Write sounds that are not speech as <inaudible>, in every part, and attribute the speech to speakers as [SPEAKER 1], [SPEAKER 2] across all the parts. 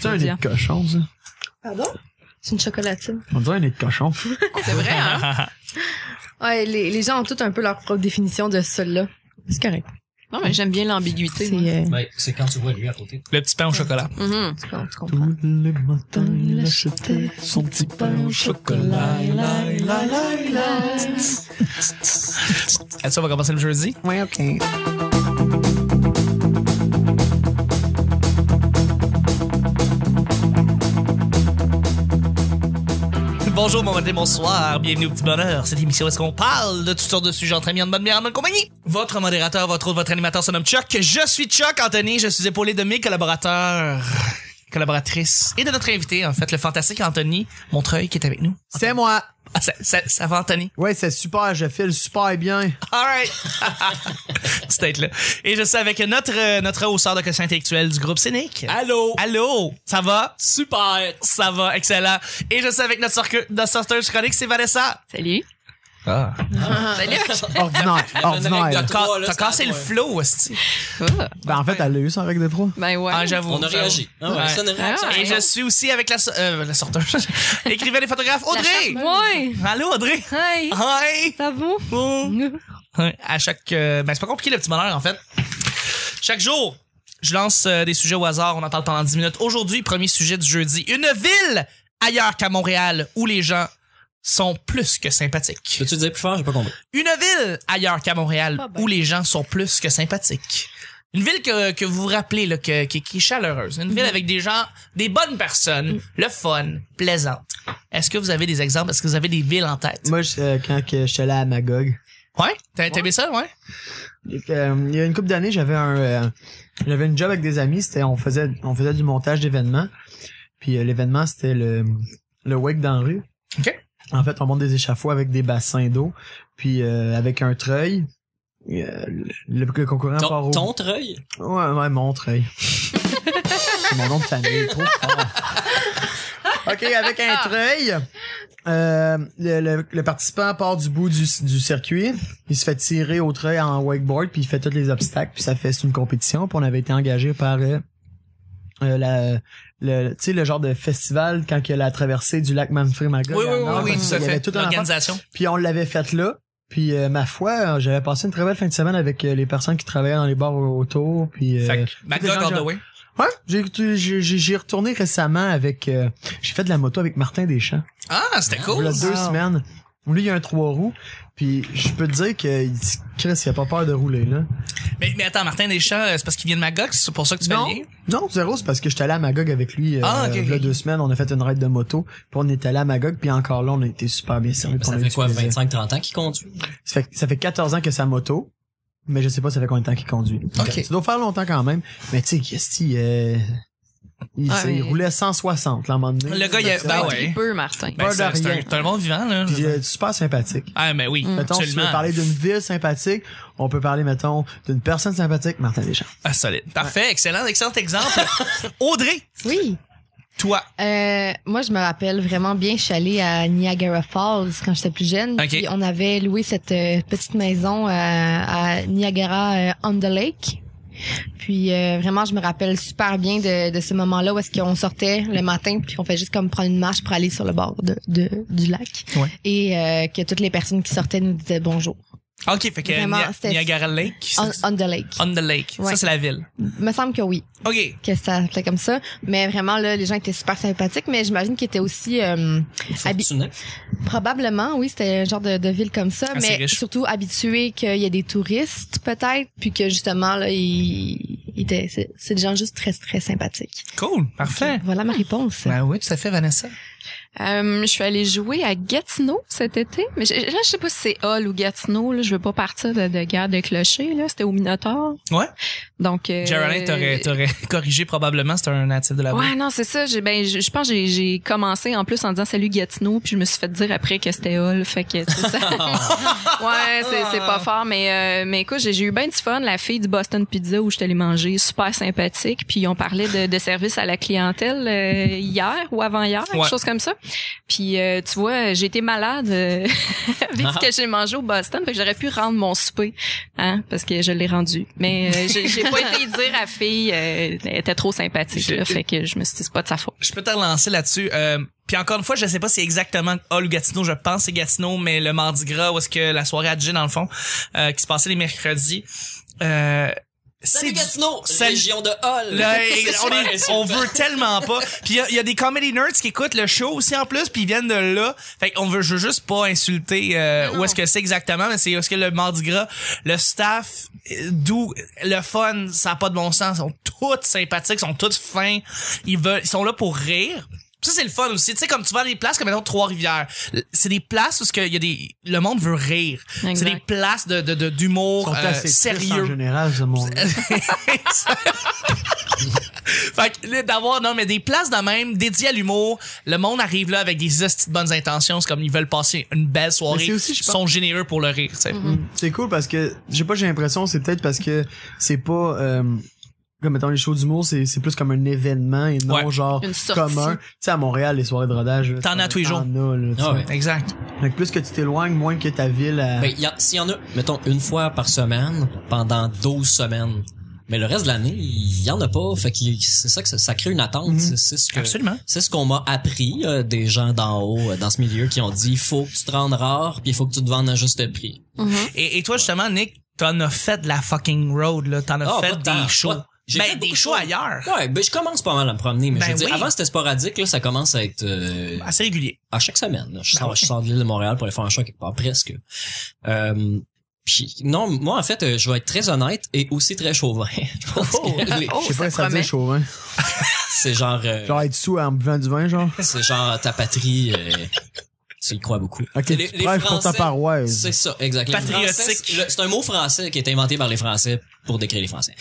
[SPEAKER 1] C'est un nid de cochon, ça.
[SPEAKER 2] Pardon?
[SPEAKER 3] C'est une chocolatine.
[SPEAKER 1] On dirait un nid de cochon.
[SPEAKER 3] C'est vrai, hein? Ouais, les, les gens ont tous un peu leur propre définition de celle-là. C'est correct.
[SPEAKER 4] Non, mais j'aime bien l'ambiguïté.
[SPEAKER 3] C'est, euh,
[SPEAKER 5] Ben, c'est quand tu vois lui à côté.
[SPEAKER 6] Le petit pain au chocolat.
[SPEAKER 4] Mhm.
[SPEAKER 3] tu com- tu comprends.
[SPEAKER 1] Tous les matins,
[SPEAKER 3] il
[SPEAKER 1] il
[SPEAKER 3] achetait
[SPEAKER 1] achetait son petit pain au chocolat.
[SPEAKER 6] Est-ce qu'on va commencer le jeudi?
[SPEAKER 1] Ouais, ok.
[SPEAKER 6] Bonjour, bon matin, bonsoir, bienvenue au petit bonheur. Cette émission, où est-ce qu'on parle de toutes sortes de sujets entre amis, en bonne bière, en bonne compagnie? Votre modérateur, votre autre, votre animateur se nomme Chuck. Je suis Chuck Anthony, je suis épaulé de mes collaborateurs, collaboratrices et de notre invité, en fait, le fantastique Anthony Montreuil qui est avec nous.
[SPEAKER 1] C'est moi.
[SPEAKER 6] Ah, ça, ça, ça va, Anthony?
[SPEAKER 1] Ouais, c'est super, je file super bien.
[SPEAKER 6] <laughs> Alright! C'était là. Et je suis avec notre, euh, notre hausseur de quotient intellectuel du groupe Cynique.
[SPEAKER 5] Allô?
[SPEAKER 6] Allô? Ça va?
[SPEAKER 5] Super!
[SPEAKER 6] Ça va, excellent. Et je suis avec notre, sorque- notre sorteuse chronique, c'est Vanessa.
[SPEAKER 4] Salut.
[SPEAKER 6] Ah.
[SPEAKER 4] Salut.
[SPEAKER 5] <laughs>
[SPEAKER 1] Ordinaire, ordinaire.
[SPEAKER 5] Trois, là,
[SPEAKER 6] T'as
[SPEAKER 5] c'est à
[SPEAKER 6] cassé le
[SPEAKER 5] toi.
[SPEAKER 6] flow, hostie.
[SPEAKER 4] Ah,
[SPEAKER 1] Ben, en fait, elle l'a eu son règle de trois.
[SPEAKER 4] Ben ouais.
[SPEAKER 6] Ah, j'avoue.
[SPEAKER 5] On a réagi.
[SPEAKER 6] j'avoue.
[SPEAKER 5] Ah ouais,
[SPEAKER 6] Ouais.
[SPEAKER 5] ça, on a réagi.
[SPEAKER 4] Ah,
[SPEAKER 6] Et je suis aussi avec la, so- euh, la sorteuse. <laughs> Écrivain et photographe, Audrey!
[SPEAKER 4] Ouais.
[SPEAKER 6] Allô, Audrey?
[SPEAKER 4] Hi.
[SPEAKER 6] Hi!
[SPEAKER 4] Ça va?
[SPEAKER 6] Oh. Ouais, À chaque. euh, ben, c'est pas compliqué le petit bonheur, en fait. Chaque jour, je lance euh, des sujets au hasard, on en parle pendant 10 minutes. Aujourd'hui, premier sujet du jeudi. Une ville ailleurs qu'à Montréal où les gens sont plus que sympathiques.
[SPEAKER 5] Peux-tu le dire plus fort? J'ai pas compris.
[SPEAKER 6] Une ville ailleurs qu'à Montréal
[SPEAKER 3] Pas bien.
[SPEAKER 6] où les gens sont plus que sympathiques. Une ville que, que vous vous rappelez, là, que, qui, qui est chaleureuse. Une ville avec des gens, des bonnes personnes, le fun, plaisante. Est-ce que vous avez des exemples? Est-ce que vous avez des villes en tête?
[SPEAKER 1] Moi, je- euh, quand que j'étais là à Magog,
[SPEAKER 6] Ouais? T'as t'as aimé ça, ouais?
[SPEAKER 1] Et que, euh, il y a une couple d'années, j'avais un, euh, j'avais une job avec des amis. C'était, on faisait, on faisait du montage d'événements. Puis euh, l'événement, c'était le, le wake dans la rue.
[SPEAKER 6] Ok.
[SPEAKER 1] En fait, on monte des échafauds avec des bassins d'eau, puis euh, avec un treuil. Et, euh, le, le
[SPEAKER 6] Ah,
[SPEAKER 1] concurrent part
[SPEAKER 5] Ton,
[SPEAKER 1] au.
[SPEAKER 5] ton treuil?
[SPEAKER 1] Ouais, ouais, mon treuil. <laughs> C'est mon nom de famille, trop fort. Ah. OK, avec un treuil, euh, le, le- le participant part du bout du, du circuit, il se fait tirer au treuil en wakeboard, puis il fait tous les obstacles, puis ça fait c'est une compétition, puis on avait été engagé par euh, euh, la le tu sais le genre de festival quand il y a la traversée du lac Manfred Magog.
[SPEAKER 6] Oui,
[SPEAKER 1] à
[SPEAKER 6] oui, oui,
[SPEAKER 1] Nord,
[SPEAKER 6] oui,
[SPEAKER 1] il
[SPEAKER 6] tout à
[SPEAKER 1] y avait
[SPEAKER 6] fait.
[SPEAKER 1] tout un affaire.
[SPEAKER 6] L'organisation.
[SPEAKER 1] Puis on l'avait faite là. Puis euh, ma foi, euh, j'avais passé une très belle fin de semaine avec euh, les personnes qui travaillaient dans les bars autour. Puis euh,
[SPEAKER 6] Fait que
[SPEAKER 1] des gens
[SPEAKER 6] McDuck on the way.
[SPEAKER 1] ouais, j'ai j'ai- j'ai- j'y ai retourné récemment avec. euh, j'ai fait de la moto avec Martin Deschamps.
[SPEAKER 6] Ah, c'était
[SPEAKER 1] Il y
[SPEAKER 6] cool.
[SPEAKER 1] a deux semaines. Lui, il a un trois roues. Puis je peux te dire que il- Chris, il a pas peur de rouler là.
[SPEAKER 6] Mais, mais attends, Martin Deschamps, euh, c'est parce qu'il vient de Magog, c'est pour ça que tu fais le lien?
[SPEAKER 1] Non, zéro, c'est parce que j'étais allé à Magog avec lui euh,
[SPEAKER 6] Ah, ok,
[SPEAKER 1] il y a
[SPEAKER 6] ok.
[SPEAKER 1] deux semaines. On a fait une raide de moto. Puis on était allé à Magog. Puis encore là, on a été super bien servis. puis on
[SPEAKER 5] Ben, Ça
[SPEAKER 1] a eu
[SPEAKER 5] fait
[SPEAKER 1] du
[SPEAKER 5] quoi,
[SPEAKER 1] plaisir.
[SPEAKER 5] 25-30 ans qu'il conduit?
[SPEAKER 1] Ça fait, ça fait 14 ans que sa moto, mais je sais pas ça fait combien de temps qu'il conduit.
[SPEAKER 6] Ok.
[SPEAKER 1] Ça doit faire longtemps quand même. Mais tu sais, Christy, euh, il,
[SPEAKER 4] Ah,
[SPEAKER 1] s'est- il
[SPEAKER 4] mais-
[SPEAKER 1] roulait 160 là, à un moment donné.
[SPEAKER 6] Le gars, il a-
[SPEAKER 1] Ça,
[SPEAKER 6] ben
[SPEAKER 1] ça,
[SPEAKER 6] ouais.
[SPEAKER 4] Il peut, Martin.
[SPEAKER 6] Ben,
[SPEAKER 1] Peur
[SPEAKER 6] c'est
[SPEAKER 1] de
[SPEAKER 6] c'est un,
[SPEAKER 1] rien.
[SPEAKER 6] c'est un bon vivant, là.
[SPEAKER 1] Puis, euh, super sympathique.
[SPEAKER 6] Ah, mais oui,
[SPEAKER 1] Mettons, si tu veux
[SPEAKER 6] absolument.
[SPEAKER 1] parler d'une ville sympathique, on peut parler, mettons, d'une personne sympathique, Martin Deschamps.
[SPEAKER 6] Ah, solide. Parfait, excellent, excellent <laughs> exemple. Audrey,
[SPEAKER 3] Oui.
[SPEAKER 6] toi.
[SPEAKER 3] Euh, moi, je me rappelle vraiment bien, je suis allée à Niagara Falls quand j'étais plus jeune.
[SPEAKER 6] Ok.
[SPEAKER 3] Puis on avait loué cette euh, petite maison euh, à Niagara euh, on the Lake. Puis euh, vraiment, je me rappelle super bien de, de ce moment-là où est-ce qu'on sortait le matin puis on fait juste comme prendre une marche pour aller sur le bord de, de- du lac.
[SPEAKER 6] Ouais.
[SPEAKER 3] Et euh, que toutes les personnes qui sortaient nous disaient bonjour.
[SPEAKER 6] Ok, fait que
[SPEAKER 3] Vraiment,
[SPEAKER 6] Nia-
[SPEAKER 3] c'était-
[SPEAKER 6] Niagara Lake.
[SPEAKER 3] On,
[SPEAKER 6] c'est-
[SPEAKER 3] on the Lake.
[SPEAKER 6] On the Lake. Ça,
[SPEAKER 3] Ouais.
[SPEAKER 6] c'est la ville.
[SPEAKER 3] Me semble que oui.
[SPEAKER 6] Ok.
[SPEAKER 3] que ça s'appelait comme ça. Mais vraiment, là, les gens étaient super sympathiques, mais j'imagine qu'ils étaient aussi... euh, Habi-
[SPEAKER 5] Fortuné.
[SPEAKER 3] probablement, oui, c'était un genre de, de ville comme ça,
[SPEAKER 6] Assez
[SPEAKER 3] mais
[SPEAKER 6] riche.
[SPEAKER 3] surtout habitués qu'il y a des touristes, peut-être, puis que justement, là, ils, ils étaient... C'est, c'est des gens juste très, très sympathiques.
[SPEAKER 6] Cool, parfait.
[SPEAKER 3] Voilà ma réponse.
[SPEAKER 6] Ben oui, tout à fait, Vanessa.
[SPEAKER 4] Euh, je suis allée jouer à Gatineau cet été, mais je- là je sais pas si c'est Hall ou Gatineau. Là, je veux pas partir de, de guerre de clocher. Là, c'était au Minotaur.
[SPEAKER 6] Ouais.
[SPEAKER 4] Donc. Euh,
[SPEAKER 6] Geraldine t'aurais, t'aurais <laughs> corrigé probablement, c'est un natif de la ville.
[SPEAKER 4] Ouais, non, c'est ça. J'ai, ben, je, je pense que j'ai, j'ai commencé en plus en disant salut Gatineau, puis je me suis fait dire après que c'était Hall. Fait que c'est ça.
[SPEAKER 5] Ah.
[SPEAKER 6] <laughs>
[SPEAKER 4] ouais, c'est, c'est pas fort, mais, euh, mais écoute, j'ai, j'ai eu bien du fun. La fille du Boston Pizza où je t'allais manger, super sympathique. Puis on parlait de, de service à la clientèle euh, hier ou avant-hier,
[SPEAKER 6] Ouais.
[SPEAKER 4] quelque chose comme ça. Puis euh, tu vois, j'ai été malade euh, <laughs> avec ce que j'ai mangé au Boston, fait que j'aurais pu rendre mon souper, hein, parce que je l'ai rendu. Mais euh, j'ai j'ai pas
[SPEAKER 5] <laughs>
[SPEAKER 4] été dire à fille, euh, elle était trop sympathique, là, fait que je me suis dit c'est pas de sa faute.
[SPEAKER 6] Je peux te relancer là-dessus. Euh, puis encore une fois, je sais pas si c'est exactement Hall ou Gatineau. Je pense que c'est Gatineau, mais le Mardi Gras, où est-ce que la soirée à G, dans le fond, euh, qui se passait les mercredis. Euh,
[SPEAKER 5] Salut
[SPEAKER 6] du-
[SPEAKER 5] Gatineau!
[SPEAKER 6] Salut.
[SPEAKER 5] Région de Hall!
[SPEAKER 6] Là,
[SPEAKER 5] <laughs> C'est
[SPEAKER 6] on,
[SPEAKER 5] super
[SPEAKER 6] est-
[SPEAKER 5] insultant.
[SPEAKER 6] on veut tellement pas. Puis il y a- il y, a des comedy nerds qui écoutent le show aussi en plus, puis ils viennent de là. Fait qu'on veut je veux juste pas insulter euh,
[SPEAKER 3] Non, non.
[SPEAKER 6] où est-ce que c'est exactement, mais c'est où est-ce que le Mardi Gras, le staff, euh, d'où le fun, ça a pas de bon sens, ils sont toutes sympathiques, ils sont toutes fins, ils veulent, ils sont là pour rire. Ça c'est le fun aussi, tu sais comme tu vas à des places comme mettons Trois-Rivières, c'est des places où ce que il y a des le monde veut rire. C'est
[SPEAKER 4] Exact.
[SPEAKER 6] des places de de- de- d'humour
[SPEAKER 1] Sont
[SPEAKER 6] euh,
[SPEAKER 1] assez tristes en
[SPEAKER 6] sérieux.
[SPEAKER 1] général, ce monde.
[SPEAKER 6] Fait que là, d'avoir non mais des places de même dédiées à l'humour, le monde arrive là avec des hosties de bonnes intentions, c'est comme ils veulent passer une belle
[SPEAKER 1] Mais
[SPEAKER 6] soirée,
[SPEAKER 1] c'est aussi, je
[SPEAKER 6] ils
[SPEAKER 1] pense- Mm.
[SPEAKER 6] sont généreux pour le rire, tu sais.
[SPEAKER 1] C'est cool parce que, je sais pas, j'ai l'impression, c'est peut-être parce que c'est pas, euh, comme étant les shows d'humour, c'est, c'est plus comme un événement et non
[SPEAKER 6] Ouais.
[SPEAKER 1] genre
[SPEAKER 4] Une sortie.
[SPEAKER 1] commun. Tu sais, à Montréal, les soirées de rodage. là,
[SPEAKER 6] T'en as tous les jours.
[SPEAKER 1] T'en as, là, tu
[SPEAKER 5] Ah
[SPEAKER 1] sais.
[SPEAKER 5] ouais.
[SPEAKER 6] Exact.
[SPEAKER 1] Fait que plus que tu t'éloignes, moins que ta ville. à-
[SPEAKER 5] Ben, y a- s'il y en a, mettons, une fois par semaine, pendant 12 semaines. Mais le reste de l'année, il y en a pas. Fait que c'est ça que ça, ça crée une attente.
[SPEAKER 1] Mhm.
[SPEAKER 5] C'est- C'est ce que-
[SPEAKER 6] Absolument.
[SPEAKER 5] c'est ce qu'on m'a appris euh, des gens d'en haut, euh, dans ce milieu, qui ont dit, faut que tu te rendes rare, puis il faut que tu te vendes à juste prix.
[SPEAKER 6] Et, et toi justement Nick, t'en as fait de la fucking road là, t'en as
[SPEAKER 5] Ah,
[SPEAKER 6] fait
[SPEAKER 5] pas
[SPEAKER 6] des
[SPEAKER 5] tant,
[SPEAKER 6] shows.
[SPEAKER 5] pas- j'ai fait
[SPEAKER 6] Ben
[SPEAKER 5] beaucoup
[SPEAKER 6] des
[SPEAKER 5] de
[SPEAKER 6] shows
[SPEAKER 5] shows.
[SPEAKER 6] ailleurs.
[SPEAKER 5] Ouais, ben, je commence pas mal à me promener, mais
[SPEAKER 6] Ben
[SPEAKER 5] je veux dire,
[SPEAKER 6] oui.
[SPEAKER 5] avant c'était sporadique, là, ça commence à être, euh,
[SPEAKER 6] Assez régulier.
[SPEAKER 5] à chaque semaine. là. Je,
[SPEAKER 6] Ben
[SPEAKER 5] sors,
[SPEAKER 6] ouais.
[SPEAKER 5] je sors de l'île de Montréal pour aller faire un show quelque part, presque. Euh, puis, non, moi, en fait, euh, je vais être très honnête et aussi très chauvin. <laughs> Je pense
[SPEAKER 6] Oh!
[SPEAKER 5] que les-
[SPEAKER 1] je sais pas si ça
[SPEAKER 4] oh, promet.
[SPEAKER 1] dit chaud, hein.
[SPEAKER 5] c'est genre, euh,
[SPEAKER 1] Genre être sous en buvant du vin, genre.
[SPEAKER 5] c'est genre ta patrie, euh, tu y crois beaucoup.
[SPEAKER 6] Euh,
[SPEAKER 1] Ok,
[SPEAKER 5] Les-
[SPEAKER 1] tu
[SPEAKER 5] les
[SPEAKER 1] prêches pour ta
[SPEAKER 5] Français,
[SPEAKER 1] paroisse.
[SPEAKER 5] C'est ça, exactement.
[SPEAKER 6] Patriotique.
[SPEAKER 5] C'est un mot français qui a été inventé par les Français pour décrire
[SPEAKER 6] <laughs>
[SPEAKER 5] les Français.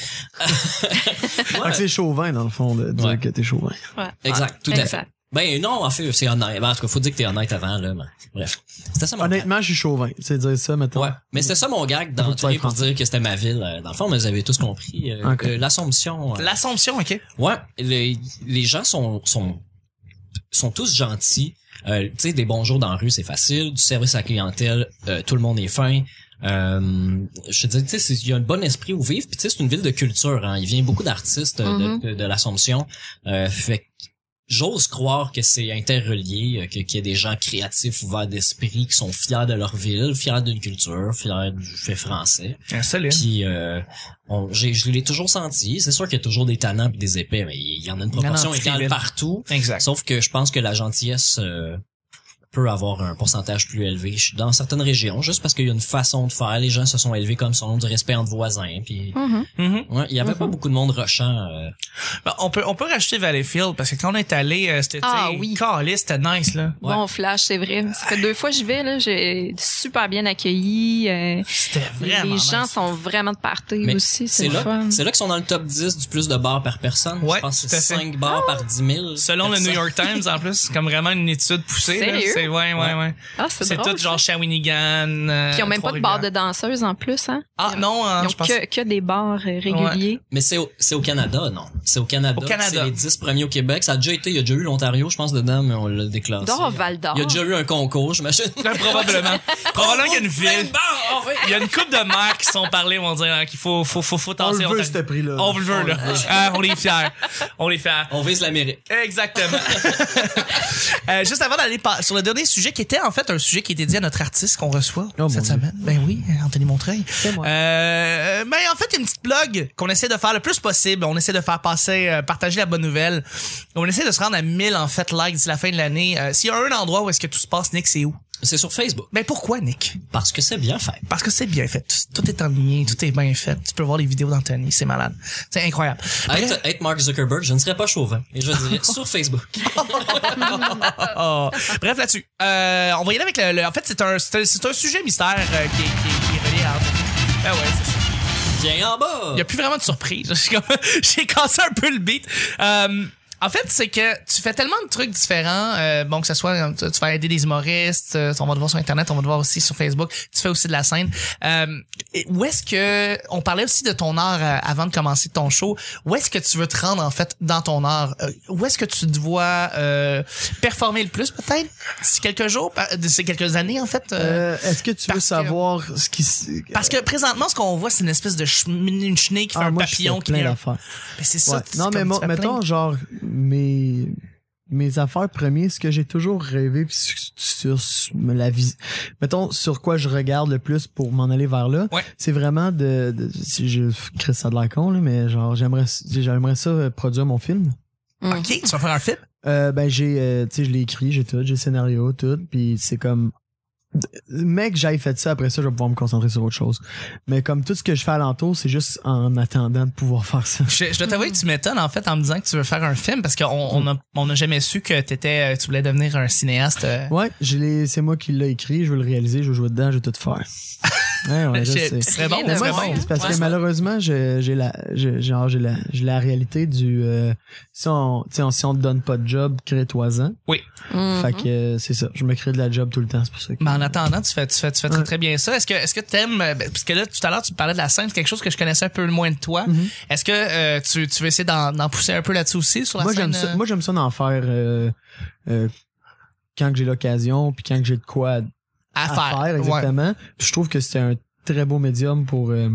[SPEAKER 1] Fait que c'est chauvin, dans le fond, de dire
[SPEAKER 5] Ouais.
[SPEAKER 1] que t'es chauvin.
[SPEAKER 4] Ouais.
[SPEAKER 5] Exact, tout à
[SPEAKER 4] Exact.
[SPEAKER 5] fait. Ben non, en fait, c'est honnête. Ben, en tout cas, faut dire que t'es honnête avant, là. mais Bref. C'était ça mon gag.
[SPEAKER 1] Honnêtement, je suis chauvin. Tu sais, dire ça, maintenant.
[SPEAKER 5] Ouais. Mais c'était ça mon gag
[SPEAKER 1] Faut que tu ailles
[SPEAKER 5] d'entrée pour
[SPEAKER 1] français.
[SPEAKER 5] dire que c'était ma ville. euh, Dans le fond, mais vous avez tous compris. euh,
[SPEAKER 1] Ok.
[SPEAKER 5] euh, L'Assomption. euh,
[SPEAKER 6] L'Assomption, OK.
[SPEAKER 5] Ouais, les, les gens sont, sont, sont tous gentils. Euh, tu sais, des bonjours dans la rue, c'est facile. Du service à la clientèle, euh, tout le monde est fin. Euh, je te dis, tu sais, c'est- il y a un bon esprit où vivre. Puis tu sais, c'est une ville de culture. Hein. Il vient beaucoup d'artistes euh, de-
[SPEAKER 3] Mhm.
[SPEAKER 5] de, de l'Assomption. Euh, fait que J'ose croire que c'est interrelié, euh, que- qu'il y a des gens créatifs, ouverts d'esprit, qui sont fiers de leur ville, fiers d'une culture, fiers du fait français.
[SPEAKER 6] Solide.
[SPEAKER 5] Puis euh, on- j'ai- je l'ai toujours senti. C'est sûr qu'il y a toujours des tannants et des épais, mais il y en a une
[SPEAKER 6] Il y en a
[SPEAKER 5] proportion
[SPEAKER 6] en
[SPEAKER 5] égale
[SPEAKER 6] tribune.
[SPEAKER 5] partout.
[SPEAKER 6] Exact.
[SPEAKER 5] Sauf que je pense que la gentillesse euh, peut avoir un pourcentage plus élevé Je- dans certaines régions, juste parce qu'il y a une façon de faire. Les gens se sont élevés comme ça, ont du respect entre voisins. Puis
[SPEAKER 4] Mhm.
[SPEAKER 6] Mhm.
[SPEAKER 5] ouais, il y avait pas beaucoup de monde rushant. euh.
[SPEAKER 6] Ben, on peut on peut rajouter Valleyfield parce que quand on est allé euh, c'était
[SPEAKER 4] Ah
[SPEAKER 6] tu sais,
[SPEAKER 4] oui.
[SPEAKER 6] caliste, c'était nice là.
[SPEAKER 5] Ouais.
[SPEAKER 4] Bon flash, c'est vrai. Ça fait deux fois que je vais, là. J'ai super bien accueilli. euh,
[SPEAKER 6] C'était vraiment
[SPEAKER 4] les gens
[SPEAKER 6] nice.
[SPEAKER 4] sont vraiment de party
[SPEAKER 5] Mais
[SPEAKER 4] aussi. C'est
[SPEAKER 5] C'est
[SPEAKER 4] le
[SPEAKER 5] là,
[SPEAKER 4] fun.
[SPEAKER 5] c'est là qu'ils sont dans le top 10 du plus de bars par personne.
[SPEAKER 6] Ouais,
[SPEAKER 5] je pense que
[SPEAKER 6] tout à
[SPEAKER 5] c'est
[SPEAKER 6] fait.
[SPEAKER 5] 5 bars par 10 000.
[SPEAKER 6] Selon le New York Times en plus, c'est comme vraiment une étude poussée là.
[SPEAKER 4] Sérieux?
[SPEAKER 6] c'est ouais ouais
[SPEAKER 5] Ouais.
[SPEAKER 6] ouais.
[SPEAKER 4] Ah, c'est
[SPEAKER 6] C'est
[SPEAKER 4] drôle.
[SPEAKER 6] tout genre Shawinigan. euh,
[SPEAKER 4] Puis ils ont même pas de bar de danseuses en plus, hein?
[SPEAKER 6] Ah non, hein,
[SPEAKER 4] Ils ont
[SPEAKER 6] je pense.
[SPEAKER 4] que, que des bars euh, réguliers.
[SPEAKER 5] Mais c'est au, c'est au Canada, non? C'est au Canada.
[SPEAKER 6] Au Canada.
[SPEAKER 5] C'est les 10 premiers au Québec. Ça a déjà été, il y a déjà eu l'Ontario, je pense, dedans, mais on l'a déclassé.
[SPEAKER 4] Dors Val d'Or.
[SPEAKER 5] Il y a déjà eu un concours, j'imagine. <laughs>
[SPEAKER 4] <laughs>
[SPEAKER 6] Très probablement. probablement qu'il y a une ville.
[SPEAKER 5] barre,
[SPEAKER 6] Il y a une coupe de mères qui sont parlées, on dirait hein, qu'il faut faut faut faut
[SPEAKER 1] On
[SPEAKER 6] tasser,
[SPEAKER 1] le veut, ce
[SPEAKER 6] t'a-
[SPEAKER 1] prix-là.
[SPEAKER 6] on le veut là. Ah, on est fiers. On est fiers.
[SPEAKER 5] On vise l'Amérique.
[SPEAKER 6] Exactement. <laughs> Euh, juste avant d'aller par- sur le dernier sujet qui était en fait un sujet qui est dédié à notre artiste qu'on reçoit
[SPEAKER 1] Oh, mon
[SPEAKER 6] cette
[SPEAKER 1] Dieu.
[SPEAKER 6] semaine. Ben oui, Anthony Montreuil. Euh, mais en fait, il y a une petite blog qu'on essaie de faire le plus possible. On essaie de faire passer, euh, partager la bonne nouvelle. On essaie de se rendre à 1000 en fait likes d'ici la fin de l'année. Euh, S'il y a un endroit où est-ce que tout se passe, Nick, c'est où?
[SPEAKER 5] C'est sur Facebook.
[SPEAKER 6] Ben pourquoi, Nick?
[SPEAKER 5] Parce que c'est bien fait.
[SPEAKER 6] Parce que c'est bien fait. Tout, tout est en ligne, tout est bien fait. Tu peux voir les vidéos d'Anthony, c'est malade. C'est incroyable.
[SPEAKER 5] Être, être Mark Zuckerberg, je ne serais pas chauvin. Et je dirais sur Facebook.
[SPEAKER 6] Ah, ah. <laughs> Bref, là-dessus. Euh, on va y aller avec le. le- en fait, c'est un, c'est un, c'est un sujet mystère euh, qui, est- qui, est- qui est relié à. Ah ouais, c'est ça.
[SPEAKER 5] Viens en bas!
[SPEAKER 6] <laughs> Il n'y a plus vraiment de surprise. Je suis comme- J'ai cassé un peu le beat. Euh, En fait, c'est que tu fais tellement de trucs différents. euh, bon, que ce soit, euh, tu tu vas aider des humoristes, euh, on va te voir sur Internet, on va te voir aussi sur Facebook. Tu fais aussi de la scène. Euh, et où est-ce que, on parlait aussi de ton art euh, avant de commencer ton show. Où est-ce que tu veux te rendre, en fait, dans ton art? Euh, où est-ce que tu te vois euh, performer le plus, peut-être? D'ici quelques jours, par- d'ici quelques années, en fait? euh,
[SPEAKER 1] Euh, Est-ce que tu veux
[SPEAKER 6] parce que-
[SPEAKER 1] savoir ce qui s-
[SPEAKER 6] Parce que présentement, ce qu'on voit, c'est une espèce de ch- une chenille qui fait
[SPEAKER 1] Euh, Ah,
[SPEAKER 6] un
[SPEAKER 1] moi, je
[SPEAKER 6] papillon
[SPEAKER 1] fais
[SPEAKER 6] qui
[SPEAKER 1] plein
[SPEAKER 6] vient-
[SPEAKER 1] d'affaires.
[SPEAKER 6] Mais Ben, c'est ça.
[SPEAKER 1] Ouais.
[SPEAKER 6] tu-
[SPEAKER 1] Non,
[SPEAKER 6] comme
[SPEAKER 1] mais
[SPEAKER 6] tu
[SPEAKER 1] mo-
[SPEAKER 6] fais plein
[SPEAKER 1] mettons,
[SPEAKER 6] de-
[SPEAKER 1] genre, mes, mes affaires premières, ce que j'ai toujours rêvé, puis sur, sur- sur la vie, mettons, sur quoi je regarde le plus pour m'en aller vers là,
[SPEAKER 6] Ouais.
[SPEAKER 1] c'est vraiment de, de- si je crée ça de la con, là, mais genre, j'aimerais, j'aimerais ça euh, produire mon film.
[SPEAKER 6] Ok, tu vas faire un film?
[SPEAKER 1] Euh, ben, j'ai, euh, tu sais, je l'ai écrit, j'ai tout, j'ai le scénario, tout, puis c'est comme, mec, j'aille fait ça, après ça, je vais pouvoir me concentrer sur autre chose. Mais comme tout ce que je fais alentour, c'est juste en attendant de pouvoir <laughs> faire ça.
[SPEAKER 6] Je, je dois t'avouer que tu m'étonnes en fait en me disant que tu veux faire un film parce qu'on on a, on a jamais su que t'étais, euh, tu voulais devenir un cinéaste. euh.
[SPEAKER 1] Ouais, je l'ai- c'est moi qui l'ai écrit, je veux le réaliser, je veux jouer dedans, je veux tout
[SPEAKER 6] <laughs>
[SPEAKER 1] faire. Ouais, ouais, je
[SPEAKER 6] C'est
[SPEAKER 1] sais.
[SPEAKER 6] c'est très bon,
[SPEAKER 4] Rien
[SPEAKER 1] Mais
[SPEAKER 4] de
[SPEAKER 6] c'est
[SPEAKER 1] moi,
[SPEAKER 6] très
[SPEAKER 4] moins.
[SPEAKER 6] bon.
[SPEAKER 1] c'est parce
[SPEAKER 4] Ouais.
[SPEAKER 1] que malheureusement, je- j'ai la, je- genre, j'ai la, j'ai la réalité du, euh, si on, tu sais, si on te donne pas de job, crée-toi-en.
[SPEAKER 4] Mm.
[SPEAKER 1] Fait que, euh, c'est ça. Je me crée de la job tout le temps, c'est pour ça que.
[SPEAKER 6] Mm-hmm. Mais en attendant, tu fais, tu fais, tu fais très,
[SPEAKER 1] Ouais.
[SPEAKER 6] très bien ça. Est-ce que, est-ce que t'aimes, euh, ben, parce que là, tout à l'heure, tu parlais de la scène, c'est quelque chose que je connaissais un peu moins de toi.
[SPEAKER 1] Mhm.
[SPEAKER 6] Est-ce que euh, tu, tu veux essayer d'en, d'en pousser un peu là-dessus aussi sur la
[SPEAKER 1] Moi,
[SPEAKER 6] scène?
[SPEAKER 1] j'aime ça,
[SPEAKER 6] euh?
[SPEAKER 1] moi, j'aime ça d'en faire, euh, euh, quand que j'ai l'occasion, puis quand que j'ai de quoi
[SPEAKER 6] à,
[SPEAKER 1] à
[SPEAKER 6] faire.
[SPEAKER 1] faire,
[SPEAKER 6] Ouais.
[SPEAKER 1] exactement. Puis je trouve que c'était un très beau médium pour euh,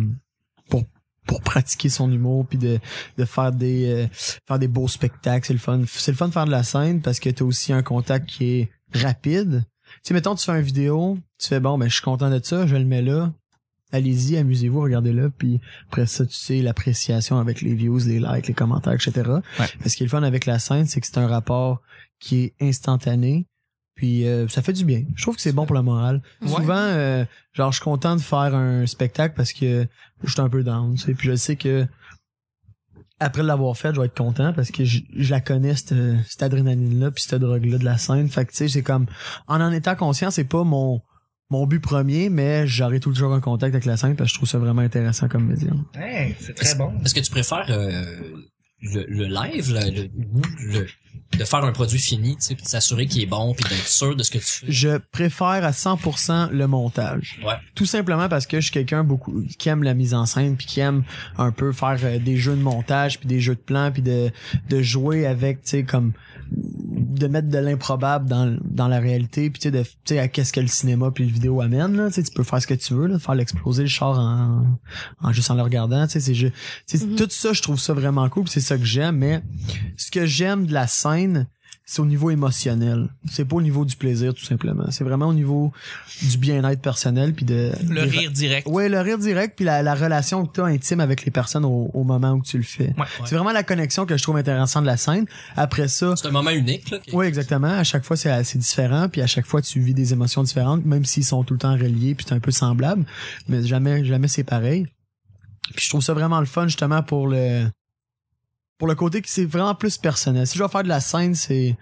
[SPEAKER 1] pour pour pratiquer son humour puis de, de faire des euh, faire des beaux spectacles, c'est le fun. C'est le fun de faire de la scène parce que tu as aussi un contact qui est rapide. Tu sais mettons tu fais une vidéo, tu fais bon ben je suis content de ça, je le mets là. Allez-y, amusez-vous, regardez-le, puis après ça, tu sais l'appréciation avec les views, les likes, les commentaires, etc.
[SPEAKER 6] Ouais.
[SPEAKER 1] Mais ce qui est le fun avec la scène, c'est que c'est un rapport qui est instantané, puis euh, ça fait du bien. Je trouve que c'est bon pour le moral.
[SPEAKER 6] Ouais.
[SPEAKER 1] Souvent, euh, genre, je suis content de faire un spectacle parce que je suis un peu down, tu sais, puis je sais que après l'avoir fait, je vais être content parce que je, je la connais, cette, cette adrénaline-là, puis cette drogue-là de la scène. Fait que, tu sais, c'est comme, en en étant conscient, c'est pas mon mon but premier, mais j'aurai toujours un contact avec la scène parce que je trouve ça vraiment intéressant comme médium.
[SPEAKER 6] Hey, c'est
[SPEAKER 5] Est-ce- Est-ce que tu préfères euh, le, le live, le, le- ou le- de faire un produit fini, tu sais, puis de s'assurer qu'il est bon, puis d'être sûr de ce que tu fais?
[SPEAKER 1] Je préfère à 100% le montage.
[SPEAKER 5] Ouais.
[SPEAKER 1] Tout simplement parce que je suis quelqu'un beaucoup qui aime la mise en scène puis qui aime un peu faire euh, des jeux de montage puis des jeux de plans puis de de jouer avec tu sais comme de mettre de l'improbable dans dans la réalité puis tu sais de tu sais à qu'est-ce que le cinéma puis le vidéo amène là tu sais tu peux faire ce que tu veux là faire l'exploser le char en, en juste en le regardant tu sais c'est ju- tu sais,
[SPEAKER 3] Mhm.
[SPEAKER 1] tout ça je trouve ça vraiment cool puis c'est ça que j'aime mais ce que j'aime de la scène c'est au niveau émotionnel c'est pas au niveau du plaisir tout simplement c'est vraiment au niveau du bien-être personnel puis de
[SPEAKER 6] Le
[SPEAKER 1] des-
[SPEAKER 6] rire direct.
[SPEAKER 1] Ouais, le rire direct puis la, la relation que tu as intime avec les personnes au, au moment où tu le fais.
[SPEAKER 6] Ouais.
[SPEAKER 1] C'est vraiment la connexion que je trouve intéressante de la scène. Après ça,
[SPEAKER 5] C'est un moment unique, là. qui-
[SPEAKER 1] oui, exactement. À chaque fois, c'est assez différent, puis à chaque fois, tu vis des émotions différentes, même s'ils sont tout le temps reliés, puis c'est un peu semblable, mais jamais, jamais c'est pareil. Puis je trouve ça vraiment le fun, justement, pour le pour le côté qui c'est vraiment plus personnel. Si je vais faire de la scène, c'est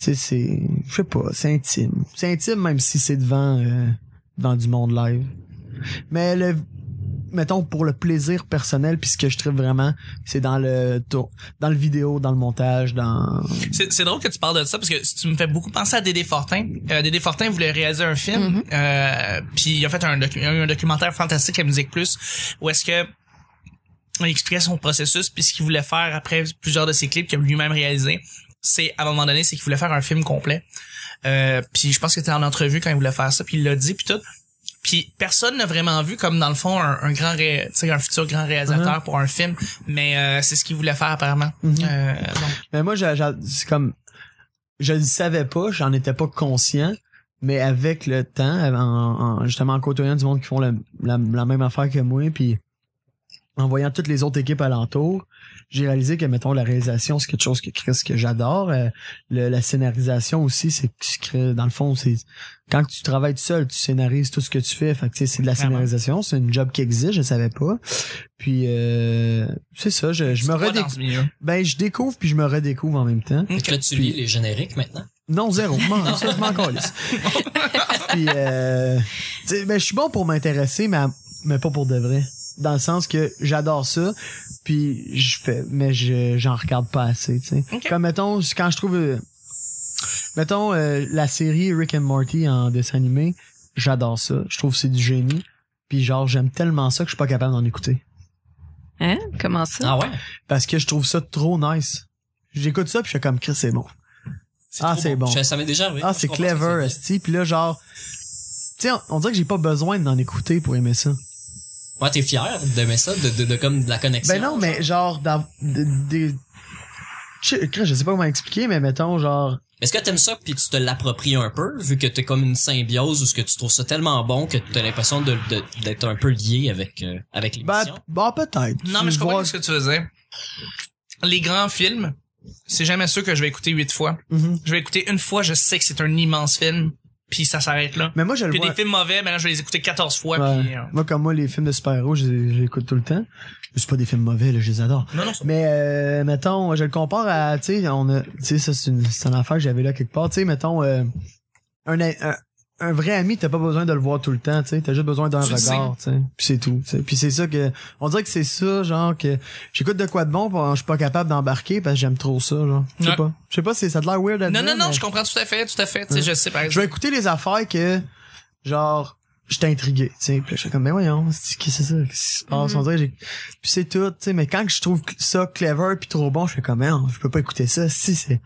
[SPEAKER 1] tu sais, c'est je sais pas, c'est intime. C'est intime même si c'est devant euh, devant du monde live. Mais le mettons pour le plaisir personnel puis ce que je trouve vraiment c'est dans le tour- dans le vidéo dans le montage dans
[SPEAKER 6] C'est c'est drôle que tu parles de ça parce que tu me fais beaucoup penser à Dédé Fortin. Euh, Dédé Fortin voulait réaliser un film,
[SPEAKER 1] Mm-hmm.
[SPEAKER 3] Mhm.
[SPEAKER 6] euh, puis il a fait un, docu- il y a eu un documentaire fantastique à Musique Plus où est-ce que il expliquait son processus puis ce qu'il voulait faire après plusieurs de ses clips qu'il a lui-même réalisé. C'est à un moment donné, c'est qu'il voulait faire un film complet. Euh, puis je pense que c'était en entrevue quand il voulait faire ça, puis il l'a dit puis tout. Puis personne n'a vraiment vu comme dans le fond un, un grand, ré- tu sais, un futur grand réalisateur
[SPEAKER 1] Mm-hmm.
[SPEAKER 6] pour un film, mais euh, c'est ce qu'il voulait faire apparemment.
[SPEAKER 1] Mhm.
[SPEAKER 6] Euh, donc,
[SPEAKER 1] Mais moi, j'a- j'a- c'est comme, je le savais pas, j'en étais pas conscient, mais avec le temps, en, en- justement en côtoyant du monde qui font le- la, la même affaire que moi, puis en voyant toutes les autres équipes alentour, j'ai réalisé que, mettons, la réalisation, c'est quelque chose que, Chris, que j'adore. Euh, le- la scénarisation aussi, c'est que tu crées- dans le fond, c'est quand tu travailles tout seul, tu scénarises tout ce que tu fais. Fait que, tu sais, c'est de la
[SPEAKER 6] Vraiment.
[SPEAKER 1] scénarisation, c'est une job qui existe, je savais pas. Puis, euh, c'est ça, je, je me
[SPEAKER 6] tu te vois dans
[SPEAKER 1] redécouvre.
[SPEAKER 6] ce milieu.
[SPEAKER 1] Ben, je découvre puis je me redécouvre en même temps.
[SPEAKER 5] Fait que là, tu lis les génériques maintenant.
[SPEAKER 1] Non, zéro. Je m'en- ça, je m'en calisse. Puis, euh, tu sais, ben, je suis bon pour m'intéresser, mais, à- mais pas pour de vrai. dans le sens que j'adore ça, puis je fais, mais je, j'en regarde pas assez, tu sais.
[SPEAKER 6] Ok.
[SPEAKER 1] Comme, mettons, quand je trouve, euh, mettons, euh, la série Rick and Morty en dessin animé, j'adore ça. Je trouve que c'est du génie. Puis genre, j'aime tellement ça que je suis pas capable d'en écouter.
[SPEAKER 4] Hein? Comment ça?
[SPEAKER 5] Ah ouais?
[SPEAKER 1] Parce que je trouve ça trop nice. J'écoute ça, puis je suis comme, Chris, c'est bon. Ah,
[SPEAKER 5] trop
[SPEAKER 1] c'est bon.
[SPEAKER 5] Je- Ça m'est déjà arrivé.
[SPEAKER 1] Ah,
[SPEAKER 5] Je
[SPEAKER 1] c'est
[SPEAKER 5] comprends ce que tu
[SPEAKER 1] clever,
[SPEAKER 5] dis.
[SPEAKER 1] esti. Puis là, genre, tu sais, on, on dirait que j'ai pas besoin d'en écouter pour aimer ça.
[SPEAKER 5] Ouais, t'es fier d'aimer ça, de, de, de comme de la connexion.
[SPEAKER 1] Ben non, mais genre, dans, de- des... Je Chris, je sais pas comment expliquer, mais mettons, genre...
[SPEAKER 5] Est-ce que t'aimes ça puis tu te l'appropries un peu, vu que t'es comme une symbiose ou ce que tu trouves ça tellement bon que t'as l'impression de, de- d'être un peu lié avec, euh, avec
[SPEAKER 1] Ben,
[SPEAKER 5] l'émission?
[SPEAKER 1] bah, peut-être.
[SPEAKER 6] Non,
[SPEAKER 1] Tu
[SPEAKER 6] mais je comprends
[SPEAKER 1] vois-
[SPEAKER 6] ce que tu veux dire. Les grands films, c'est jamais ceux que je vais écouter huit fois.
[SPEAKER 1] Mhm.
[SPEAKER 6] Je vais écouter une fois, je sais que c'est un immense film, puis ça s'arrête là.
[SPEAKER 1] Mais moi, je le
[SPEAKER 6] Puis
[SPEAKER 1] vois...
[SPEAKER 6] des films mauvais, maintenant je vais les écouter 14 fois.
[SPEAKER 1] Ouais.
[SPEAKER 6] Puis, euh,
[SPEAKER 1] Moi, comme moi, les films de super-héros, je les je les écoute tout le temps. C'est pas des films mauvais, là, je les adore.
[SPEAKER 6] Non, non, ça-
[SPEAKER 1] Mais euh, mettons, je le compare à, tu sais, on a, tu sais, ça c'est une, c'est une affaire que j'avais là quelque part, tu sais, mettons, euh, un, un, un vrai ami, t'as pas besoin de le voir tout le temps, tu sais, t'as juste besoin d'un
[SPEAKER 6] Tu le
[SPEAKER 1] regard, tu sais, puis c'est tout, tu sais, puis c'est ça que, on dirait que c'est ça, genre que j'écoute de quoi de bon, puis je suis pas capable d'embarquer parce que j'aime trop ça, genre, je sais
[SPEAKER 6] Ouais.
[SPEAKER 1] pas, je sais pas si ça a de l'air weird à
[SPEAKER 6] Non,
[SPEAKER 1] dire,
[SPEAKER 6] non, non,
[SPEAKER 1] mais
[SPEAKER 6] je comprends tout à fait, tout à fait. Tu sais, je sais, par
[SPEAKER 1] je vais
[SPEAKER 6] exemple.
[SPEAKER 1] écouter les affaires que, genre, j'étais intrigué, tu sais, puis je suis comme, mais voyons, c'est- qu'est-ce que c'est ça, qu'est-ce qui se passe,
[SPEAKER 4] Mhm.
[SPEAKER 1] on dirait, que j'ai- puis c'est tout, tu sais, mais quand que je trouve que ça clever puis trop bon, je fais comme, merde, je peux pas écouter ça, si c'est,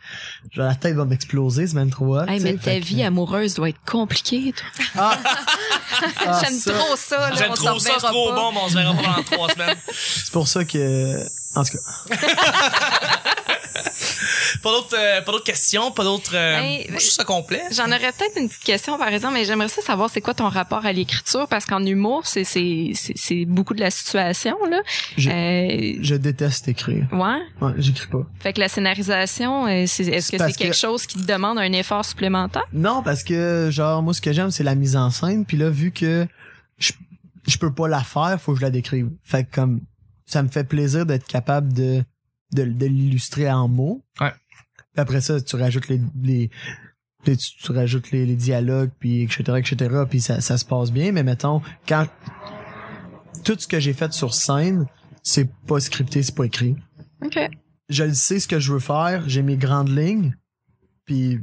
[SPEAKER 1] genre, la tête va m'exploser, c'est même trop hot,
[SPEAKER 4] Hey,
[SPEAKER 1] tu sais,
[SPEAKER 4] mais ta
[SPEAKER 1] fait que-
[SPEAKER 4] vie amoureuse doit être compliquée, toi.
[SPEAKER 1] Ah! Ah,
[SPEAKER 4] J'aime
[SPEAKER 1] ça,
[SPEAKER 4] trop ça, là.
[SPEAKER 6] J'aime
[SPEAKER 4] on
[SPEAKER 6] trop
[SPEAKER 4] s'en
[SPEAKER 6] ça, c'est
[SPEAKER 4] reverra
[SPEAKER 6] trop
[SPEAKER 4] pas.
[SPEAKER 6] bon, mais on se verra pas dans
[SPEAKER 1] <laughs>
[SPEAKER 6] trois semaines.
[SPEAKER 1] C'est pour ça que, en tout cas,
[SPEAKER 6] Pas d'autres, euh, pas d'autres questions, pas d'autres. euh,
[SPEAKER 4] Hey,
[SPEAKER 6] moi, je trouve ça complet.
[SPEAKER 4] J'en aurais peut-être une petite question, par exemple, mais j'aimerais ça savoir c'est quoi ton rapport à l'écriture, parce qu'en humour, c'est c'est c'est- c'est beaucoup de la situation, là.
[SPEAKER 1] Je-
[SPEAKER 4] Euh,
[SPEAKER 1] je déteste écrire.
[SPEAKER 4] ouais.
[SPEAKER 1] Ouais, j'écris pas.
[SPEAKER 4] Fait que la scénarisation, euh, c'est- est-ce
[SPEAKER 1] C'est
[SPEAKER 4] que c'est
[SPEAKER 1] parce
[SPEAKER 4] quelque
[SPEAKER 1] que-
[SPEAKER 4] chose qui te demande un effort supplémentaire?
[SPEAKER 1] Non, parce que, genre, moi, ce que j'aime, c'est la mise en scène. Puis là, vu que je, je peux pas la faire, faut que je la décrive. Fait que, comme, ça me fait plaisir d'être capable de, de, de l'illustrer en mots.
[SPEAKER 6] Ouais.
[SPEAKER 1] Puis après ça, tu rajoutes les, les, les- tu, tu rajoutes les, les dialogues, puis etc., etc., puis ça, ça se passe bien. Mais mettons, quand tout ce que j'ai fait sur scène, c'est pas scripté, c'est pas écrit
[SPEAKER 4] OK.
[SPEAKER 1] je le sais ce que je veux faire, j'ai mes grandes lignes, puis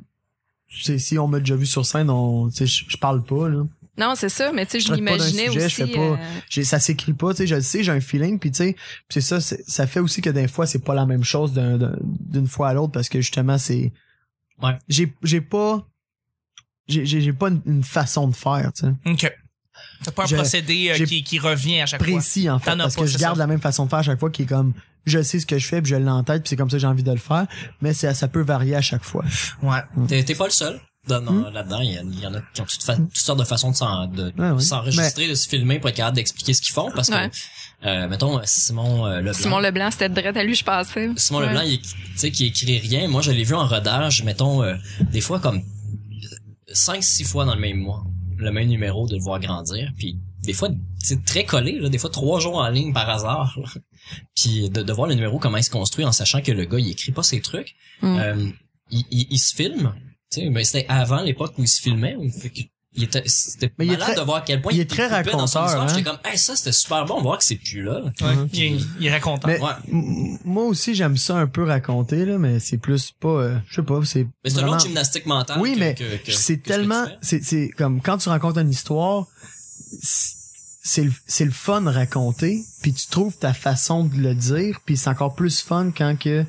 [SPEAKER 1] tu sais, si on m'a déjà vu sur scène, on, tu sais, je je parle pas, là.
[SPEAKER 4] Non, c'est ça, mais tu sais, je
[SPEAKER 1] Je traite pas d'un
[SPEAKER 4] l'imaginais
[SPEAKER 1] sujet, je
[SPEAKER 4] aussi.
[SPEAKER 1] fais pas-
[SPEAKER 4] euh,
[SPEAKER 1] J'ai, ça s'écrit pas, tu sais, je le sais, j'ai un feeling, puis tu sais, puis c'est ça, c'est- ça fait aussi que des fois, c'est pas la même chose d'un- d'un- d'une fois à l'autre, parce que justement, c'est...
[SPEAKER 5] Ouais.
[SPEAKER 1] J'ai, j'ai pas... J'ai, j'ai j'ai pas une, une façon de faire, tu sais.
[SPEAKER 6] OK. T'as pas un
[SPEAKER 1] Je-
[SPEAKER 6] procédé euh,
[SPEAKER 1] j'ai-
[SPEAKER 6] qui, qui revient à chaque fois.
[SPEAKER 1] précis en fait
[SPEAKER 6] T'en as
[SPEAKER 1] parce
[SPEAKER 6] pas,
[SPEAKER 1] que je
[SPEAKER 6] c'est
[SPEAKER 1] garde
[SPEAKER 6] ça.
[SPEAKER 1] la même façon de faire à chaque fois qui est comme je sais ce que je fais puis je l'ai en tête puis c'est comme ça que j'ai envie de le faire mais ça, ça peut varier à chaque fois
[SPEAKER 6] Ouais.
[SPEAKER 5] T'es, t'es pas le seul. dans-
[SPEAKER 1] Hmm.
[SPEAKER 5] dans- Là-dedans, il y, a- il y en a qui ont toutes, fa- toutes sortes de façons de, s'en- de- de
[SPEAKER 1] Ouais, ouais.
[SPEAKER 5] s'enregistrer,
[SPEAKER 1] Ben
[SPEAKER 5] de se filmer pour être capable d'expliquer ce qu'ils font. Parce que,
[SPEAKER 4] Ouais.
[SPEAKER 5] euh, mettons, Simon euh, Leblanc.
[SPEAKER 4] Simon Leblanc, c'était direct à lui, je pensais.
[SPEAKER 5] Simon
[SPEAKER 4] Ouais.
[SPEAKER 5] Leblanc, il, tu sais, qui écrit rien. Moi, je l'ai vu en rodage, mettons, euh, des fois comme 5-6 fois dans le même mois, le même numéro de le voir grandir. Puis des fois, c'est très collé, là, des fois trois jours en ligne par hasard. là. <laughs> Puis de, de voir le numéro, comment il se construit en sachant que le gars, il écrit pas ses trucs.
[SPEAKER 4] Mm.
[SPEAKER 5] Euh, il, il- il se filme. tu sais, Mais c'était avant l'époque où il se filmait. où- fait que il était, c'était
[SPEAKER 1] Mais il est
[SPEAKER 5] malade
[SPEAKER 1] très-
[SPEAKER 5] de voir à quel point
[SPEAKER 1] il est
[SPEAKER 5] coupait
[SPEAKER 1] très
[SPEAKER 5] dans son
[SPEAKER 1] raconteur,
[SPEAKER 5] histoire.
[SPEAKER 1] hein.
[SPEAKER 5] J'étais comme, hey, ça, c'était super bon, on va voir que c'est plus là.
[SPEAKER 6] Ouais.
[SPEAKER 1] Mm-hmm.
[SPEAKER 6] Il, est- il est racontant.
[SPEAKER 1] Mais-
[SPEAKER 5] Ah, Ouais.
[SPEAKER 1] M- moi aussi j'aime ça un peu raconter là mais c'est plus pas euh, je sais pas c'est
[SPEAKER 5] Mais c'est un
[SPEAKER 1] vraiment-
[SPEAKER 5] long gymnastique mentale.
[SPEAKER 1] Oui,
[SPEAKER 5] que-
[SPEAKER 1] mais
[SPEAKER 5] que-
[SPEAKER 1] c'est
[SPEAKER 5] que- que ce que tu
[SPEAKER 1] tellement
[SPEAKER 5] fais.
[SPEAKER 1] c'est c'est comme quand tu racontes une histoire c'est c'est le, c'est le fun de raconter puis tu trouves ta façon de le dire puis c'est encore plus fun quand que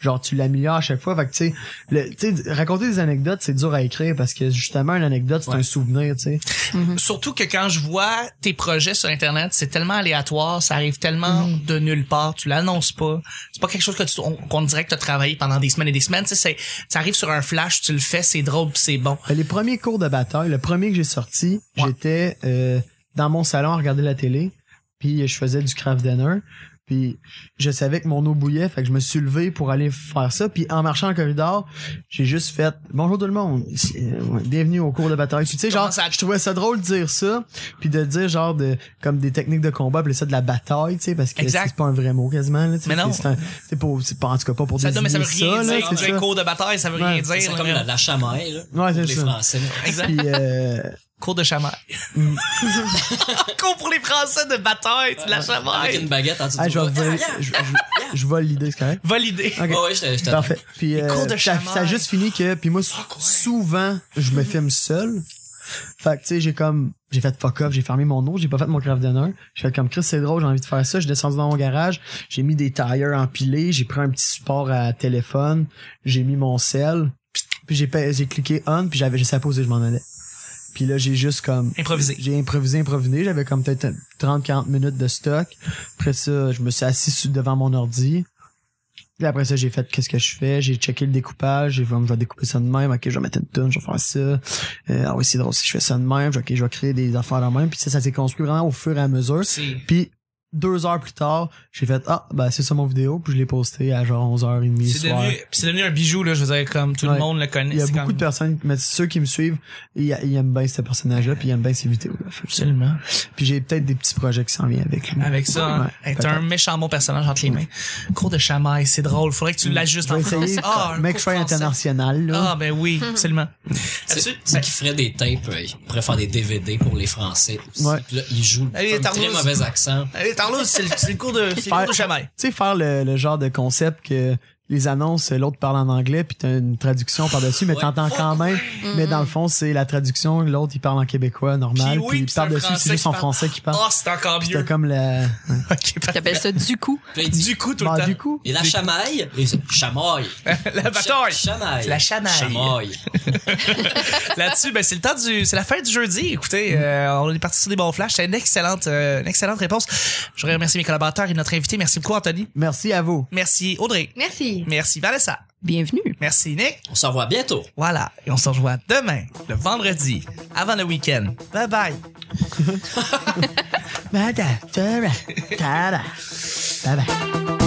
[SPEAKER 1] genre tu l'améliores à chaque fois fait que tu sais le- tu sais raconter des anecdotes c'est dur à écrire parce que justement une anecdote c'est
[SPEAKER 5] Ouais.
[SPEAKER 1] un souvenir tu sais Mm.
[SPEAKER 6] Surtout que quand je vois tes projets sur Internet, c'est tellement aléatoire, ça arrive tellement
[SPEAKER 1] Mm.
[SPEAKER 6] de nulle part, tu l'annonces pas. C'est pas quelque chose que tu, on, qu'on dirait que t'as travaillé pendant des semaines et des semaines, tu sais, c'est- ça arrive sur un flash, tu le fais, c'est drôle pis c'est bon.
[SPEAKER 1] Ben, Les premiers cours de bataille, le premier que j'ai sorti,
[SPEAKER 6] Ouais.
[SPEAKER 1] j'étais euh, dans mon salon à regarder la télé, puis je faisais du craft dinner, puis je savais que mon eau bouillait, fait que je me suis levé pour aller faire ça, puis en marchant dans le corridor, j'ai juste fait « Bonjour tout le monde, ici, euh, ouais, bienvenue au cours de bataille ». Puis tu sais, genre,
[SPEAKER 6] Commence à-
[SPEAKER 1] je trouvais ça drôle de dire ça, puis de dire genre de comme des techniques de combat, appeler ça de la bataille, tu sais, parce que
[SPEAKER 6] Exact.
[SPEAKER 1] c'est pas un vrai mot quasiment. Là, tu sais,
[SPEAKER 6] Mais non.
[SPEAKER 1] C'est un- c'est pas, c'est pas, en tout cas pas pour
[SPEAKER 6] Ça,
[SPEAKER 1] désigner
[SPEAKER 6] non, mais ça veut
[SPEAKER 1] ça,
[SPEAKER 6] rien
[SPEAKER 1] là,
[SPEAKER 6] dire.
[SPEAKER 1] c'est
[SPEAKER 6] Tu
[SPEAKER 1] ça.
[SPEAKER 6] un cours de bataille, ça veut
[SPEAKER 1] Ouais,
[SPEAKER 6] rien
[SPEAKER 5] C'est
[SPEAKER 6] dire.
[SPEAKER 5] comme
[SPEAKER 6] là.
[SPEAKER 5] la, la chamaille, là,
[SPEAKER 1] Ouais,
[SPEAKER 5] pour
[SPEAKER 1] c'est
[SPEAKER 5] les
[SPEAKER 1] ça. <laughs>
[SPEAKER 5] Français.
[SPEAKER 6] Exact.
[SPEAKER 1] Puis, euh,
[SPEAKER 6] Cours de chamaille.
[SPEAKER 1] Mm.
[SPEAKER 6] <laughs> Cours pour les Français de bataille, c'est de la
[SPEAKER 5] Avec une
[SPEAKER 6] chamaille.
[SPEAKER 5] baguette en dessous
[SPEAKER 1] Ah,
[SPEAKER 5] du
[SPEAKER 1] je vais
[SPEAKER 5] bras.
[SPEAKER 1] voler- je- je- je vole l'idée, c'est correct.
[SPEAKER 6] Validé.
[SPEAKER 1] Ok.
[SPEAKER 5] Ah ouais, j'étais- j'étais-
[SPEAKER 1] Parfait. Puis euh,
[SPEAKER 6] cours de
[SPEAKER 1] ça,
[SPEAKER 6] chamaille.
[SPEAKER 1] ça a juste fini que puis moi sou- souvent je me filme seul. Fait que tu sais j'ai comme j'ai fait fuck off, j'ai fermé mon nom, j'ai pas fait mon craft dinner. J'ai fait comme Chris c'est drôle, j'ai envie de faire ça, j'ai descendu dans mon garage, j'ai mis des tires empilés, j'ai pris un petit support à téléphone, j'ai mis mon sel, puis j'ai pa- j'ai cliqué on puis j'avais juste à poser, je m'en allais. Puis là j'ai juste comme
[SPEAKER 6] Improvisé.
[SPEAKER 1] j'ai improvisé, improvisé. J'avais comme peut-être 30-40 minutes de stock. Après ça, je me suis assis sur- devant mon ordi. Puis après ça, j'ai fait qu'est-ce que je fais. J'ai checké le découpage. J'ai fait, je vais découper ça de même. Ok, je vais mettre une tonne, je vais faire ça. Euh, ah oui, c'est drôle si je fais ça de même. Ok, je vais créer des affaires de même. Puis ça, ça s'est construit vraiment au fur et à mesure.
[SPEAKER 6] C'est
[SPEAKER 1] Puis deux heures plus tard, j'ai fait ah ben c'est ça mon vidéo. Puis je l'ai posté à genre 11h30 le
[SPEAKER 6] c'est
[SPEAKER 1] soir.
[SPEAKER 6] devenu, puis c'est devenu un bijou, là, je veux dire, comme tout le
[SPEAKER 1] Ouais.
[SPEAKER 6] monde le connaît.
[SPEAKER 1] Il y a
[SPEAKER 6] c'est
[SPEAKER 1] beaucoup
[SPEAKER 6] comme-
[SPEAKER 1] de personnes, mais ceux qui me suivent, ils, ils aiment bien ce personnage-là, puis ils aiment bien ces vidéos-là. Fait que-
[SPEAKER 6] Absolument.
[SPEAKER 1] puis j'ai peut-être des petits projets qui s'en viennent avec lui.
[SPEAKER 6] Avec ça, hein.
[SPEAKER 1] Ouais,
[SPEAKER 6] Hey, t'as un méchant bon personnage entre les mains. Cours de chamaille, c'est drôle. Faudrait que tu l'ajustes
[SPEAKER 1] Je
[SPEAKER 6] en
[SPEAKER 1] vais
[SPEAKER 6] français.
[SPEAKER 1] essayer.
[SPEAKER 6] Ah, un
[SPEAKER 1] mec,
[SPEAKER 6] cours
[SPEAKER 1] je sois
[SPEAKER 6] français.
[SPEAKER 1] international,
[SPEAKER 6] Ah,
[SPEAKER 1] là.
[SPEAKER 6] ben oui, absolument.
[SPEAKER 5] Tu
[SPEAKER 6] As-tu- ben,
[SPEAKER 5] sais, tu sais qu'il ferait des tapes, euh, il pourrait faire des DVD pour les Français aussi.
[SPEAKER 1] Ouais.
[SPEAKER 5] Puis là, il joue
[SPEAKER 6] Allez,
[SPEAKER 5] un très
[SPEAKER 6] Tarlouse.
[SPEAKER 5] mauvais accent.
[SPEAKER 6] Allez, euh, Tarlo, c'est le, c'est le cours de, c'est le cours de chamaille.
[SPEAKER 1] Tu sais, faire le, le genre de concept que les annonces, l'autre parle en anglais, puis t'as une traduction par-dessus, mais
[SPEAKER 5] Ouais.
[SPEAKER 1] t'entends quand même. Mais dans le fond, c'est la traduction, l'autre, il parle en québécois, normal,
[SPEAKER 6] Mm-hmm. Puis oui,
[SPEAKER 1] puis
[SPEAKER 6] puis c'est un
[SPEAKER 1] par-dessus,
[SPEAKER 6] Français
[SPEAKER 1] c'est juste son
[SPEAKER 6] qui parle.
[SPEAKER 1] français qui parle.
[SPEAKER 6] Ah, c'est encore
[SPEAKER 1] Puis t'as
[SPEAKER 6] mieux.
[SPEAKER 1] comme la...
[SPEAKER 6] <laughs> Ok, parfait.
[SPEAKER 4] T'appelles ça du coup.
[SPEAKER 5] Puis là, il dit,
[SPEAKER 6] Du coup, tout le
[SPEAKER 1] Bah,
[SPEAKER 6] temps.
[SPEAKER 1] du coup,
[SPEAKER 5] et la chamaille, et c'est chamaille.
[SPEAKER 6] <laughs> La bataille.
[SPEAKER 5] Cha- Chamaille.
[SPEAKER 6] La chamaille.
[SPEAKER 5] Chamaille.
[SPEAKER 6] Là-dessus, ben c'est le temps du, c'est la fin du jeudi. Écoutez, euh, on est parti sur des bons flashs. C'était une excellente, euh, une excellente réponse. Je voudrais remercier mes collaborateurs et notre invité. Merci beaucoup, Anthony.
[SPEAKER 1] merci à vous.
[SPEAKER 6] Merci, Audrey.
[SPEAKER 3] Merci.
[SPEAKER 6] Merci, Vanessa.
[SPEAKER 4] Bienvenue.
[SPEAKER 6] Merci, Nick.
[SPEAKER 5] On se revoit bientôt.
[SPEAKER 6] Voilà. Et on se revoit demain, le vendredi, avant le week-end. Bye bye.
[SPEAKER 1] Bah,
[SPEAKER 6] <laughs>
[SPEAKER 1] Bye-bye.